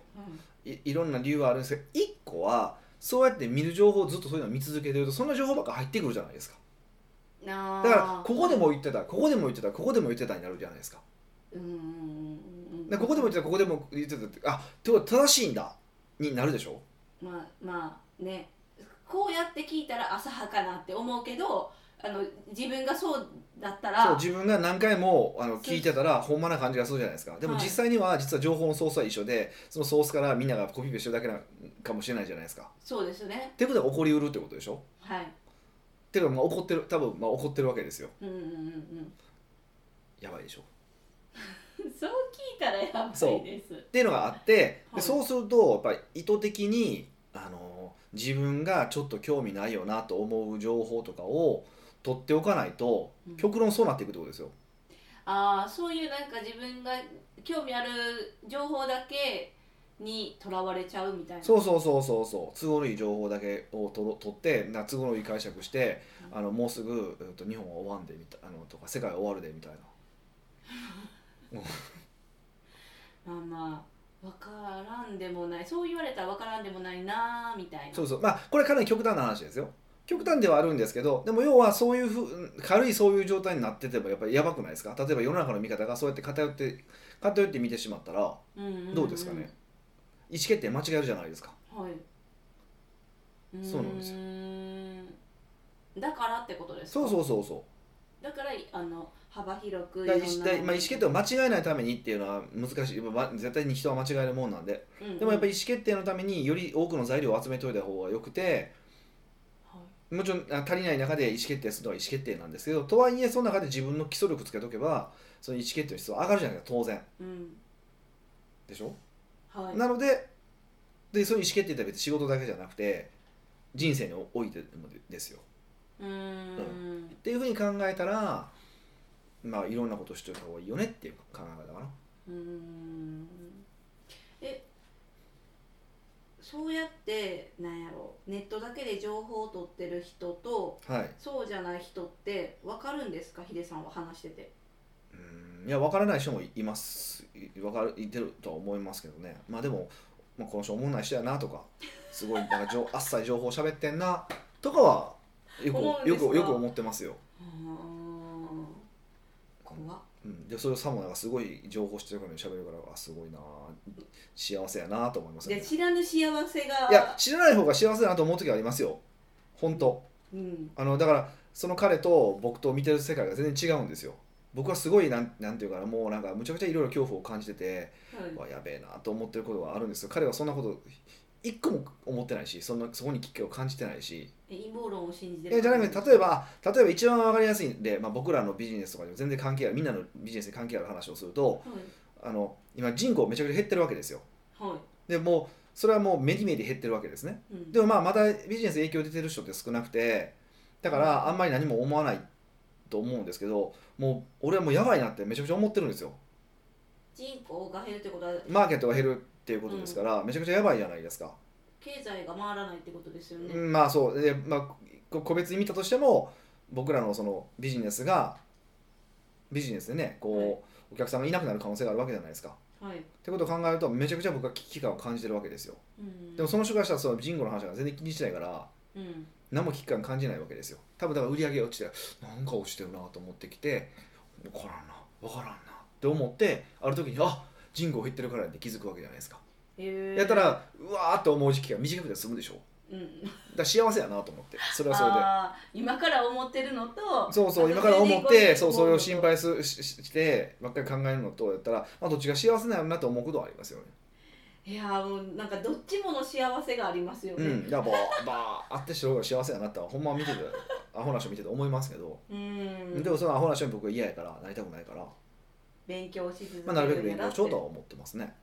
[SPEAKER 1] うん
[SPEAKER 2] いいろんな理由はあるんですけど一個はそうやって見る情報をずっとそういうのを見続けてるとそんな情報ばっか入ってくるじゃないですか
[SPEAKER 1] なあ
[SPEAKER 2] だからここでも言ってたここでも言ってたここでも言ってたになるじゃないですか
[SPEAKER 1] うんうんうんうん
[SPEAKER 2] でここでも言ってたここでも言ってたってあってことは正しいんだになるでしょ
[SPEAKER 1] まあまあねこうやって聞いたら浅はかなって思うけどあの自分がそうだったら
[SPEAKER 2] そう自分が何回もあの
[SPEAKER 1] そう
[SPEAKER 2] 聞いてたらほんまな感じがするじゃないですかでも
[SPEAKER 1] はい
[SPEAKER 2] 実際には実は情報のソースは一緒でそのソースからみんながコピペしてるだけなかもしれないじゃないですかっ
[SPEAKER 1] そうですね
[SPEAKER 2] てことは起こりうるってことでしょ
[SPEAKER 1] はい
[SPEAKER 2] っていうかまあ起こってる多分まあ起こってるわけですよ
[SPEAKER 1] うんうんうん
[SPEAKER 2] やばいでしょ
[SPEAKER 1] うんそう聞いたらやば
[SPEAKER 2] そう
[SPEAKER 1] いです
[SPEAKER 2] っていうのがあって、
[SPEAKER 1] はい
[SPEAKER 2] でそうするとやっぱり意図的にあの自分がちょっと興味ないよなと思う情報とかを取っておかないと
[SPEAKER 1] うん
[SPEAKER 2] 極論そうなっていくってことですよ。
[SPEAKER 1] ああそういうなんか自分が興味ある情報だけにとらわれちゃうみたいな
[SPEAKER 2] そうそうそうそうそう都合のいい情報だけを取ろ取ってな都合のいい解釈して
[SPEAKER 1] うん
[SPEAKER 2] あのもうすぐ、えっと、日本は終わんでみたいあのとか世界は終わるでみたいな。
[SPEAKER 1] まあまあ分からんでもないそう言われたら分からんでもないなーみたいな
[SPEAKER 2] そうそうまあこれかなり極端な話ですよ。極端ではあるんですけどでも要はそういうふう軽いそういう状態になっててもやっぱりやばくないですか例えば世の中の見方がそうやって偏って偏って見てしまったら
[SPEAKER 1] うんうんんん
[SPEAKER 2] どうですかね、意思決定間違えるじゃないですか
[SPEAKER 1] はい
[SPEAKER 2] そうなんですよ
[SPEAKER 1] よだからってことですか
[SPEAKER 2] そうそうそうそう
[SPEAKER 1] だからあの幅広く
[SPEAKER 2] だか
[SPEAKER 1] いろ
[SPEAKER 2] ら
[SPEAKER 1] ん
[SPEAKER 2] 意思
[SPEAKER 1] な
[SPEAKER 2] だまあ、意思決定を間違えないためにっていうのは難しい、まあ絶対に人は間違えるもんなんで
[SPEAKER 1] うんうん
[SPEAKER 2] でもやっぱり意思決定のためにより多くの材料を集めておいた方がよくて
[SPEAKER 1] はい
[SPEAKER 2] もちろんあ足りない中で意思決定するのは意思決定なんですけどとはいえその中で自分の基礎力つけとけばその意思決定の質は上がるじゃないですか当然
[SPEAKER 1] うん
[SPEAKER 2] でしょ、
[SPEAKER 1] はい
[SPEAKER 2] なのででその意思決定って別に仕事だけじゃなくて人生においてもですよ
[SPEAKER 1] うーん
[SPEAKER 2] っていうふうに考えたらまあいろんなことしておいた方がいいよねっていう考え方かな
[SPEAKER 1] うーんえそうやってなんやろネットだけで情報を取ってる人と
[SPEAKER 2] はい
[SPEAKER 1] そうじゃない人って分かるんですかヒデさんは話してて
[SPEAKER 2] うんいや分からない人もいますい分かるいてるとは思いますけどねまあでも、まあ、この人おもんない人やなとかすごいなんかじょあっさり情 報喋ってんなとかはよ
[SPEAKER 1] 思うん
[SPEAKER 2] く
[SPEAKER 1] で
[SPEAKER 2] よ
[SPEAKER 1] すか
[SPEAKER 2] くよく思ってますよ、
[SPEAKER 1] うーん怖っ
[SPEAKER 2] うん、でそれをさもなんかすごい情報してるから喋るからあすごいな幸せやなと思います
[SPEAKER 1] じ
[SPEAKER 2] よ
[SPEAKER 1] ゃあ
[SPEAKER 2] ね
[SPEAKER 1] 知らぬ幸せが
[SPEAKER 2] いや知らない方が幸せだなと思う時はありますよ本当
[SPEAKER 1] うん
[SPEAKER 2] あのだからその彼と僕と見てる世界が全然違うんですよ僕はすごいなんなんていうかなもうなんかむちゃくちゃいろいろ恐怖を感じてて
[SPEAKER 1] はいう
[SPEAKER 2] わやべえなと思ってることがあるんですよ彼はそんなこと一個も思ってないしそんなそこに危機を感じてないし
[SPEAKER 1] え陰謀論を信じて
[SPEAKER 2] えじゃなくて例えば例えば一番わかりやすいんで、まあ、僕らのビジネスとかにも全然関係あるみんなのビジネスに関係ある話をするとあの今人口めちゃくちゃ減ってるわけですよ
[SPEAKER 1] はいは
[SPEAKER 2] でもうそれはもう目に見えて減ってるわけですね
[SPEAKER 1] い、うん、
[SPEAKER 2] でもまあまたビジネス影響出てる人って少なくてだからあんまり何も思わないと思うんですけどもう俺はもうやばいなってめちゃくちゃ思ってるんですよ
[SPEAKER 1] 人口が減るってことは
[SPEAKER 2] マーケットが減るっていうことですから、めちゃくちゃやばいじゃないですか、
[SPEAKER 1] 経済が回らないってことですよね、
[SPEAKER 2] うんまあそうで、まあ、こ個別に見たとしても僕らのそのビジネスがビジネスでねこう、
[SPEAKER 1] はい
[SPEAKER 2] お客さんがいなくなる可能性があるわけじゃないですかっ
[SPEAKER 1] はい、
[SPEAKER 2] てことを考えるとめちゃくちゃ僕は危機感を感じてるわけですよ
[SPEAKER 1] うん、
[SPEAKER 2] でもその人からしたらその人口の話が全然気にしないから
[SPEAKER 1] うん
[SPEAKER 2] 何も危機感感じないわけですよ多分だから売り上げが落ちてなんか落ちてるなと思ってきて分からんな分からんなって思ってある時にあ人口減ってるからやって気づくわけじゃないですか、
[SPEAKER 1] へー
[SPEAKER 2] やったらうわーって思う時期が短くて済むでしょ
[SPEAKER 1] うん、
[SPEAKER 2] だから幸せやなと思ってそれはそれで
[SPEAKER 1] あー今から思ってるのと
[SPEAKER 2] そうそう
[SPEAKER 1] あ
[SPEAKER 2] 今から思ってそうそれを
[SPEAKER 1] それ
[SPEAKER 2] 心
[SPEAKER 1] で
[SPEAKER 2] 配すしししてばっかり考えるのとやったら、まあ、どっちが幸せなのなと思うことはありますよね
[SPEAKER 1] いやーもうなんかどっちもの幸せがありますよ
[SPEAKER 2] う
[SPEAKER 1] ね
[SPEAKER 2] んだからばーばーあってした方が幸せやなってほんま見ててアホな人見てて思いますけど、
[SPEAKER 1] うん
[SPEAKER 2] でもそのアホな人に僕は嫌やからなりたくないから
[SPEAKER 1] 勉強し続
[SPEAKER 2] まあ、なるべ
[SPEAKER 1] け
[SPEAKER 2] く
[SPEAKER 1] るん
[SPEAKER 2] 勉
[SPEAKER 1] だなっ
[SPEAKER 2] 強してようとは思ってますね。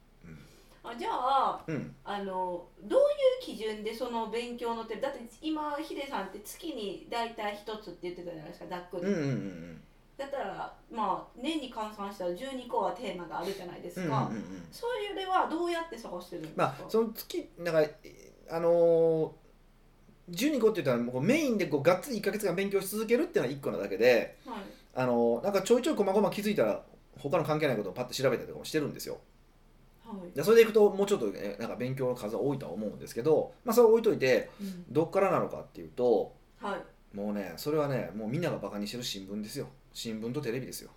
[SPEAKER 1] あじゃあ
[SPEAKER 2] うん、
[SPEAKER 1] あのどういう基準でその勉強の手だって今ヒデさんって月に大体一つって言ってたじゃないですかざっく
[SPEAKER 2] うん
[SPEAKER 1] り、
[SPEAKER 2] うんうんうん
[SPEAKER 1] だったらまあ年に換算したら12個はテーマがあるじゃないで
[SPEAKER 2] う
[SPEAKER 1] す
[SPEAKER 2] んうんう
[SPEAKER 1] か、
[SPEAKER 2] んうん
[SPEAKER 1] それはどうやって探してるんですか、
[SPEAKER 2] まあその月なんかあのー、12個って言ったらこうメインでこうがっつり1か月間勉強し続けるっていうのは1個なだけで、
[SPEAKER 1] はい、
[SPEAKER 2] あのーなんかちょいちょい細々気づいたら他の関係ないことをパッと調べたりとかもしてるんですよ。
[SPEAKER 1] はい
[SPEAKER 2] でそれでいくともうちょっと、ね、なんか勉強の数は多いとは思うんですけど、まあ、それを置いといて
[SPEAKER 1] うん
[SPEAKER 2] どっからなのかっていうと
[SPEAKER 1] はい、
[SPEAKER 2] もうねそれはねもうみんながバカにしてる新聞ですよ新聞とテレビですよ。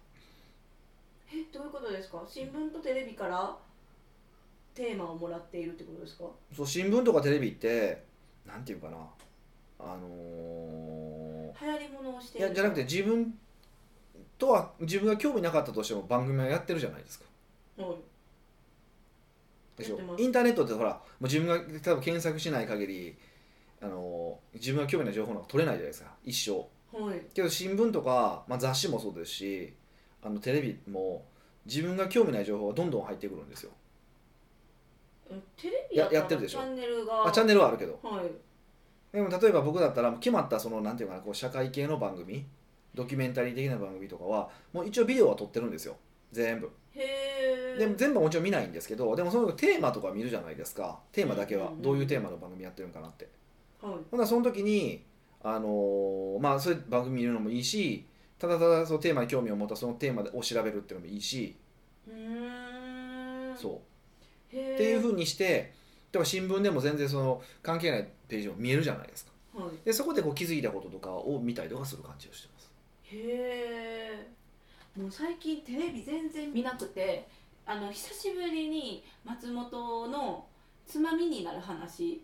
[SPEAKER 1] えどういうことですか新聞とテレビからテーマをもらっているってことですか
[SPEAKER 2] そう新聞とかテレビってなんていうかなあの
[SPEAKER 1] 流行り物をし
[SPEAKER 2] ー
[SPEAKER 1] て
[SPEAKER 2] い
[SPEAKER 1] いる
[SPEAKER 2] やじゃなくて自分とは自分が興味なかったとしても番組はやってるじゃないですか。
[SPEAKER 1] はい
[SPEAKER 2] でしょ
[SPEAKER 1] やってます
[SPEAKER 2] インターネットってほらもう自分が多分検索しない限りあのー自分が興味ない情報なんか取れないじゃないですか一生。
[SPEAKER 1] はい
[SPEAKER 2] けど新聞とか、まあ、雑誌もそうですしあのテレビも自分が興味ない情報がどんどん入ってくるんですよ。
[SPEAKER 1] うんテレビだ
[SPEAKER 2] や
[SPEAKER 1] ったら
[SPEAKER 2] やってるでしょ
[SPEAKER 1] チャンネルが
[SPEAKER 2] あチャンネルはあるけど
[SPEAKER 1] はい
[SPEAKER 2] でも例えば僕だったらもう決まったそのなんていうかなこう社会系の番組ドキュメンタリー的な番組とかはもう一応ビデオは撮ってるんですよ全部
[SPEAKER 1] へえ
[SPEAKER 2] でも全部はもちろん見ないんですけどでもそのテーマとか見るじゃないですかテーマだけ
[SPEAKER 1] うん
[SPEAKER 2] は
[SPEAKER 1] うんうん
[SPEAKER 2] どういうテーマの番組やってるんかなって
[SPEAKER 1] はい
[SPEAKER 2] ほんならその時にあのーまあそういう番組見るのもいいしただただそのテーマに興味を持ったそのテーマを調べるっていうのもいいし
[SPEAKER 1] うーん
[SPEAKER 2] そう
[SPEAKER 1] うへ
[SPEAKER 2] っていうふ
[SPEAKER 1] う
[SPEAKER 2] うにして例えば新聞でも全然その関係ないページも見えるじゃないですか
[SPEAKER 1] はい
[SPEAKER 2] でそこでこう気づいたこととかを見たりとかする感じをしてます
[SPEAKER 1] へえもう最近テレビ全然見なくてあの久しぶりに松本のつまみになる話、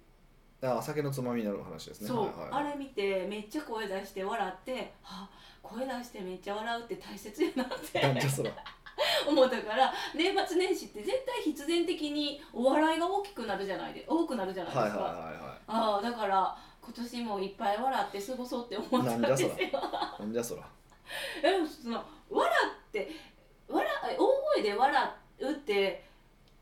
[SPEAKER 2] だから酒のつまみになる話ですね
[SPEAKER 1] そう、
[SPEAKER 2] はいはい、
[SPEAKER 1] あれ見てめっちゃ声出して笑ってあ声出してめっちゃ笑うって大切やなっ
[SPEAKER 2] なん
[SPEAKER 1] て
[SPEAKER 2] じゃそら
[SPEAKER 1] 思ったから年末年始って絶対必然的にお笑いが大きくなるじゃないで多くなるじゃないで
[SPEAKER 2] はい
[SPEAKER 1] す
[SPEAKER 2] は
[SPEAKER 1] か、
[SPEAKER 2] いは
[SPEAKER 1] ああだから今年もいっぱい笑って過ごそうって思ったん
[SPEAKER 2] なん
[SPEAKER 1] です
[SPEAKER 2] じゃ
[SPEAKER 1] よ
[SPEAKER 2] そ らいなんじゃそら
[SPEAKER 1] でもその笑って笑大声で笑うって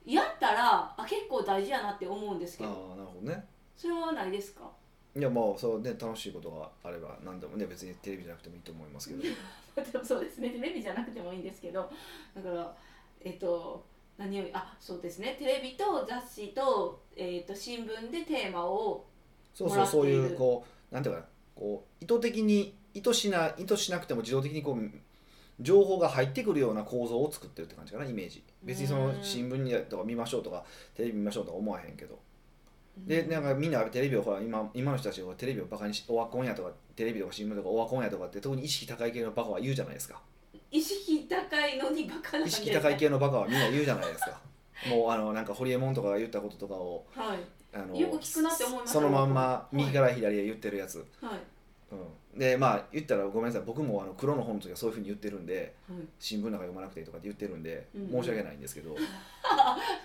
[SPEAKER 1] やったらあ結構大事やなって思うんですけ
[SPEAKER 2] ああ
[SPEAKER 1] ど
[SPEAKER 2] なるほどね
[SPEAKER 1] それはないですか
[SPEAKER 2] いやまあそうね楽しいことがあれば何でもね別にテレビじゃなくてもいいと思いますけど
[SPEAKER 1] でもそうですねテレビじゃなくてもいいんですけどだからえっと何よりあそうですねテレビと雑誌と,、えっと新聞でテーマを
[SPEAKER 2] そう
[SPEAKER 1] も
[SPEAKER 2] そ
[SPEAKER 1] ら
[SPEAKER 2] う
[SPEAKER 1] ってい
[SPEAKER 2] そう
[SPEAKER 1] る
[SPEAKER 2] いうこうなんていうかなこう意図的に意図しな意図しなくても自動的にこう情報が入ってくるような構造を作ってるって感じかなイメージ別にその
[SPEAKER 1] うん
[SPEAKER 2] 新聞とか見ましょうとかテレビ見ましょうとか思わへんけどでなん
[SPEAKER 1] か
[SPEAKER 2] かみんなテレビをほら今今の人たちはテレビをバカにしオワコンやとかテレビとか新聞とかオワコンやとかって特に意識高い系のバカは言うじゃないですか
[SPEAKER 1] 意識高いのにバカなん
[SPEAKER 2] 意
[SPEAKER 1] ですね
[SPEAKER 2] 識高い系のバカはみんな言うじゃないですかもうあのなんかホリエモンとかが言ったこととかを
[SPEAKER 1] はい
[SPEAKER 2] あの
[SPEAKER 1] よく聞くなって思います
[SPEAKER 2] そのまんま
[SPEAKER 1] い
[SPEAKER 2] 右から左へ言ってるやつ、
[SPEAKER 1] はい、
[SPEAKER 2] うん、でまあ言ったらごめんなさい僕もあの黒の本の時はそういうふうに言ってるんで
[SPEAKER 1] はい
[SPEAKER 2] 新聞なんか読まなくていいとかって言ってるんで、
[SPEAKER 1] うん
[SPEAKER 2] 申し訳ないんで すけど、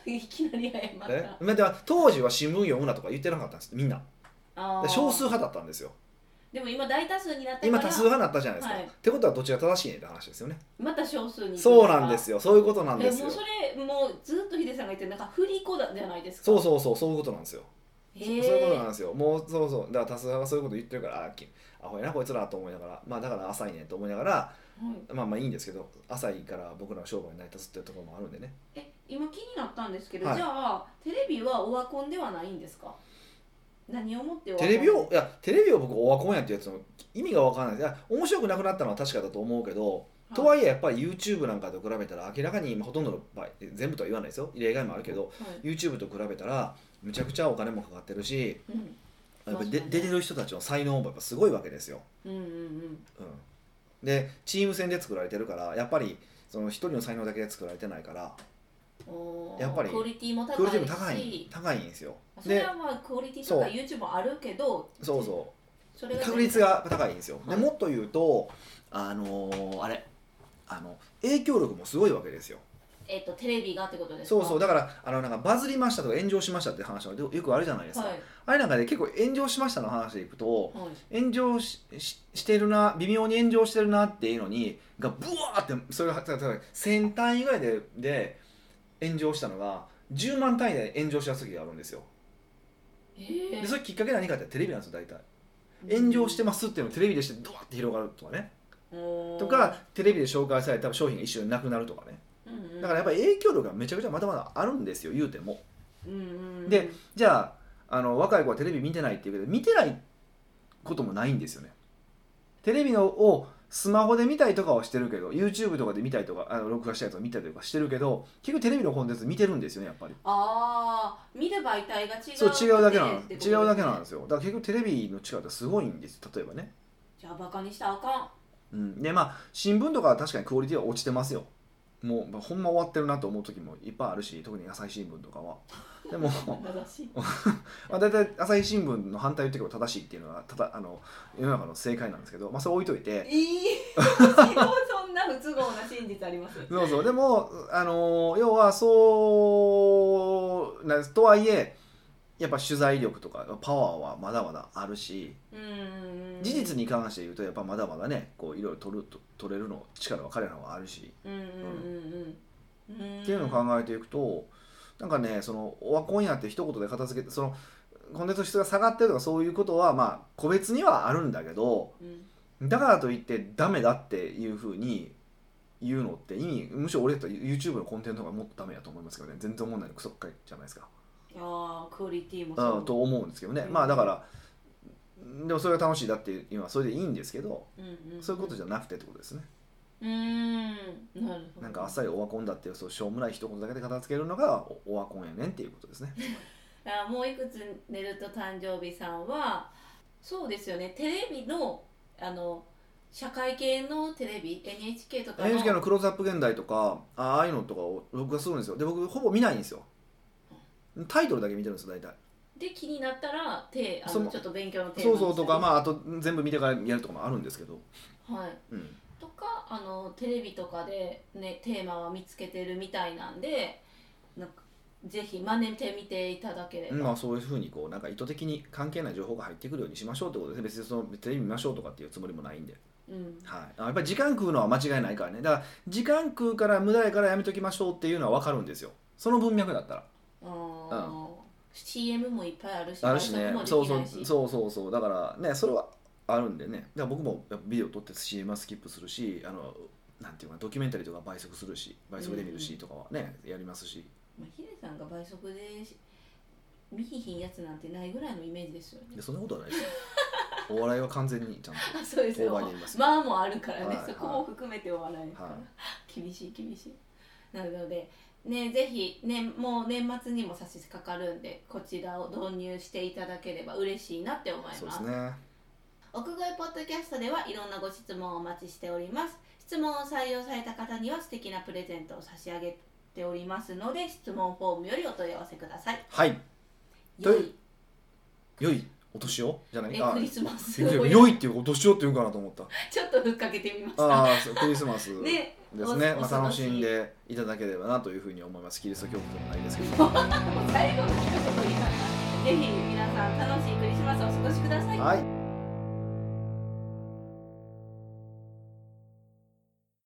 [SPEAKER 1] い きなり謝った
[SPEAKER 2] えまあでは当時は新聞読むなとか言ってなかったんですみんな
[SPEAKER 1] あ
[SPEAKER 2] で
[SPEAKER 1] ー
[SPEAKER 2] 少数派だったんですよ
[SPEAKER 1] でも今大多数になったから
[SPEAKER 2] 今多数派になったじゃないですか、
[SPEAKER 1] はい
[SPEAKER 2] ってことはどっちが正しいねって話ですよね
[SPEAKER 1] また少数に行くか
[SPEAKER 2] そうなんですよそういうことなん
[SPEAKER 1] え
[SPEAKER 2] です
[SPEAKER 1] も
[SPEAKER 2] よ
[SPEAKER 1] うそれもうずっとヒデさんが言ってるなんか振り子だじゃないですか
[SPEAKER 2] そうそうそうそういうことなんですよ、
[SPEAKER 1] へ
[SPEAKER 2] そ
[SPEAKER 1] え
[SPEAKER 2] そういうことなんですよもうそうそうだから多数派がそういうこと言ってるからあーきアホやなこいつらと思いながらまあだから浅いねと思いながら
[SPEAKER 1] はい、
[SPEAKER 2] まあまあいいんですけど浅いから僕らの商売に成り立つっていうところもあるんでね
[SPEAKER 1] え今気になったんですけど、
[SPEAKER 2] はい
[SPEAKER 1] じゃあテレビはオワコンではないんですか何をもってオワコ
[SPEAKER 2] テ
[SPEAKER 1] ン
[SPEAKER 2] レビをいやテレビを僕オワコンやってやつの意味が分からないいや面白くなくなったのは確かだと思うけどとはいえやっぱり YouTube なんかと比べたら明らかに今ほとんどの場合全部とは言わないですよ例外もあるけど
[SPEAKER 1] はい
[SPEAKER 2] YouTube と比べたらむちゃくちゃお金もかかってるし
[SPEAKER 1] うん
[SPEAKER 2] やっぱりで
[SPEAKER 1] そうですね
[SPEAKER 2] 出てる人たちの才能もやっぱすごいわけですよ、
[SPEAKER 1] うんうん
[SPEAKER 2] うん、でチーム戦で作られてるからやっぱりその一人の才能だけで作られてないから
[SPEAKER 1] うんおー
[SPEAKER 2] やっぱり
[SPEAKER 1] クオリティも
[SPEAKER 2] ク
[SPEAKER 1] 高
[SPEAKER 2] オ
[SPEAKER 1] いし
[SPEAKER 2] リティも高い高いんですよ
[SPEAKER 1] それ
[SPEAKER 2] で
[SPEAKER 1] はまあクオリティ
[SPEAKER 2] そ
[SPEAKER 1] と
[SPEAKER 2] う
[SPEAKER 1] か YouTube もあるけど
[SPEAKER 2] そうそう
[SPEAKER 1] それが
[SPEAKER 2] 確率が高いんですよ、
[SPEAKER 1] はい
[SPEAKER 2] でもっと言うとあのーあれあの影響力もすごいわけですよ
[SPEAKER 1] えっとテレビがってことですか
[SPEAKER 2] そうそうだからあのなんかバズりましたとか炎上しましたって話はよよくあるじゃないですか、
[SPEAKER 1] はい
[SPEAKER 2] あれなんかで結構炎上しましたの話でいくと
[SPEAKER 1] はい
[SPEAKER 2] 炎上しししてるな微妙に炎上してるなっていうのにがブワーってそれが例えば1000単位ぐらいでで炎上したのが10万単位で炎上した時があるんですよ
[SPEAKER 1] え
[SPEAKER 2] で
[SPEAKER 1] ー
[SPEAKER 2] それきっかけ何かってテレビなんですよ大体炎上してますっていうのをテレビでしてドワーって広がるとかねと
[SPEAKER 1] と
[SPEAKER 2] かテレビで紹介された商品が一瞬なくなるとかねだからやっぱり影響力がめちゃくちゃまだまだあるんですよ言うてもでじゃああの若い子はテレビ見てないっていうけど見てないこともないんですよねテレビのをスマホで見たりとかはしてるけど YouTube とかで見たりとかあの録画したやつを見たりとかしてるけど結局テレビのコンテンツ見てるんですよねやっぱり
[SPEAKER 4] あー見る媒体が違う
[SPEAKER 2] そう違うだけな
[SPEAKER 4] の
[SPEAKER 2] の違うだけなんですよだから結局テレビの力ってすごいんですよ例えばね、
[SPEAKER 4] じゃあバカにしたらあかん
[SPEAKER 2] うん、でまあ新聞とかは確かにクオリティは落ちてますよもうまあほんま終わってるなと思う時もいっぱいあるし特に朝日新聞とかはで も
[SPEAKER 1] 正しい
[SPEAKER 2] まあ、大体朝日新聞の反対を言ってることが正しいっていうのはただあの世の中の正解なんですけど、まあ、それ置いとい て
[SPEAKER 4] いいそんな不都合な真実あります
[SPEAKER 2] そうそうでもあの要はそうなんですとはいえやっぱ取材力とかパワーはまだまだあるし
[SPEAKER 4] うん
[SPEAKER 2] 事実に関して言うとやっぱまだまだねこういろいろ取ると取れるの力は彼らはあるし
[SPEAKER 4] うんうんうんうんうん
[SPEAKER 2] っていうのを考えていくとなんかねそのオワコンやって一言で片付けてそのコンテンツの質が下がってるとかそういうことはまあ個別にはあるんだけど
[SPEAKER 4] うん
[SPEAKER 2] だからといってダメだっていうふうに言うのって意味むしろ俺だったら YouTube のコンテンツの方がもっとダメだと思いますけどね全然問題のクソっかいじゃないですか、
[SPEAKER 4] いやークオリティも
[SPEAKER 2] うん、と思うんですけどね、
[SPEAKER 4] うん
[SPEAKER 2] まあだからでもそれが楽しいだっていうのはそれでいいんですけど
[SPEAKER 4] うんうんうん
[SPEAKER 2] そういうことじゃなくてってことですね
[SPEAKER 1] うーんなるほど
[SPEAKER 2] なんかあっさりオワコンだっていうそうしょうもない一言だけで片付けるのがオオワコンやねんっていうことですね
[SPEAKER 1] あもういくつ寝ると誕生日さんはそうですよねテレビのあの社会系のテレビ NHK とかの
[SPEAKER 2] NHK の「クローズアップ現代」とかああいうのとかを録画するんですよで僕ほぼ見ないんですよタイトルだけ見てるんですよ大体
[SPEAKER 1] で気になったら手あ
[SPEAKER 2] そ
[SPEAKER 1] の
[SPEAKER 2] の
[SPEAKER 1] ちょっと勉強のテーマ
[SPEAKER 2] そう
[SPEAKER 1] にした
[SPEAKER 2] そ
[SPEAKER 1] り
[SPEAKER 2] うとかまああと全部見てからやるとかもあるんですけど
[SPEAKER 1] はい、
[SPEAKER 2] うん
[SPEAKER 1] とかあのテレビとかで、ね、テーマは見つけてるみたいなんでなんかぜひ真似てみていただければ、
[SPEAKER 2] まあ、そういうふうにこうなんか意図的に関係ない情報が入ってくるようにしましょうってことですね別にそのテレビ見ましょうとかっていうつもりもないんで、
[SPEAKER 1] うん
[SPEAKER 2] はい、あやっぱり時間食うのは間違いないからねだから時間食うから無駄やからやめときましょうっていうのは分かるんですよその文脈だったら
[SPEAKER 1] あー CM もいっぱいあるし
[SPEAKER 2] あるしね
[SPEAKER 1] 倍速もでき
[SPEAKER 2] そうそ
[SPEAKER 1] な
[SPEAKER 2] う
[SPEAKER 1] いし
[SPEAKER 2] そうそうそうだからねそれはあるんでねだから僕もやっぱビデオ撮って CM はスキップするしあのなんていうかなドキュメンタリーとか倍速するし倍速で見るしとかはね、やりますし
[SPEAKER 1] まあ、ヒデさんが倍速でし見ひひんやつなんてないぐらいのイメージですよね
[SPEAKER 2] でそんなことはないですよお笑いは完全にちゃんと
[SPEAKER 1] あ そうですよ
[SPEAKER 2] 購買でいます
[SPEAKER 1] まあもあるからね、
[SPEAKER 2] はいはい
[SPEAKER 1] そこも含めてお笑いですから、
[SPEAKER 2] は
[SPEAKER 1] 厳しい厳しいなのでねぜひねもう年末にも差し掛かるんでこちらを導入していただければ嬉しいなって思います
[SPEAKER 2] そうですね
[SPEAKER 1] 奥越ポッドキャストではいろんなご質問をお待ちしております質問を採用された方には素敵なプレゼントを差し上げておりますので質問フォームよりお問い合わせください
[SPEAKER 2] はいと
[SPEAKER 1] 良
[SPEAKER 2] いう
[SPEAKER 1] い
[SPEAKER 2] 良いお年をじゃない
[SPEAKER 1] え
[SPEAKER 2] あ
[SPEAKER 1] クリスマスを
[SPEAKER 2] 良いっていうお年をって言うんかなと思った
[SPEAKER 1] ちょっとふっかけてみました
[SPEAKER 2] ああそうクリスマ スで
[SPEAKER 1] ね
[SPEAKER 2] すね
[SPEAKER 1] お
[SPEAKER 2] まあ、
[SPEAKER 1] お
[SPEAKER 2] 楽
[SPEAKER 1] 楽し
[SPEAKER 2] し
[SPEAKER 1] み
[SPEAKER 2] んでいただければなというふうに思いますキリスト教徒でもないですけど
[SPEAKER 1] 最後の一言言いながらぜひ皆さん楽しいクリスマスをお過ごしください
[SPEAKER 2] はい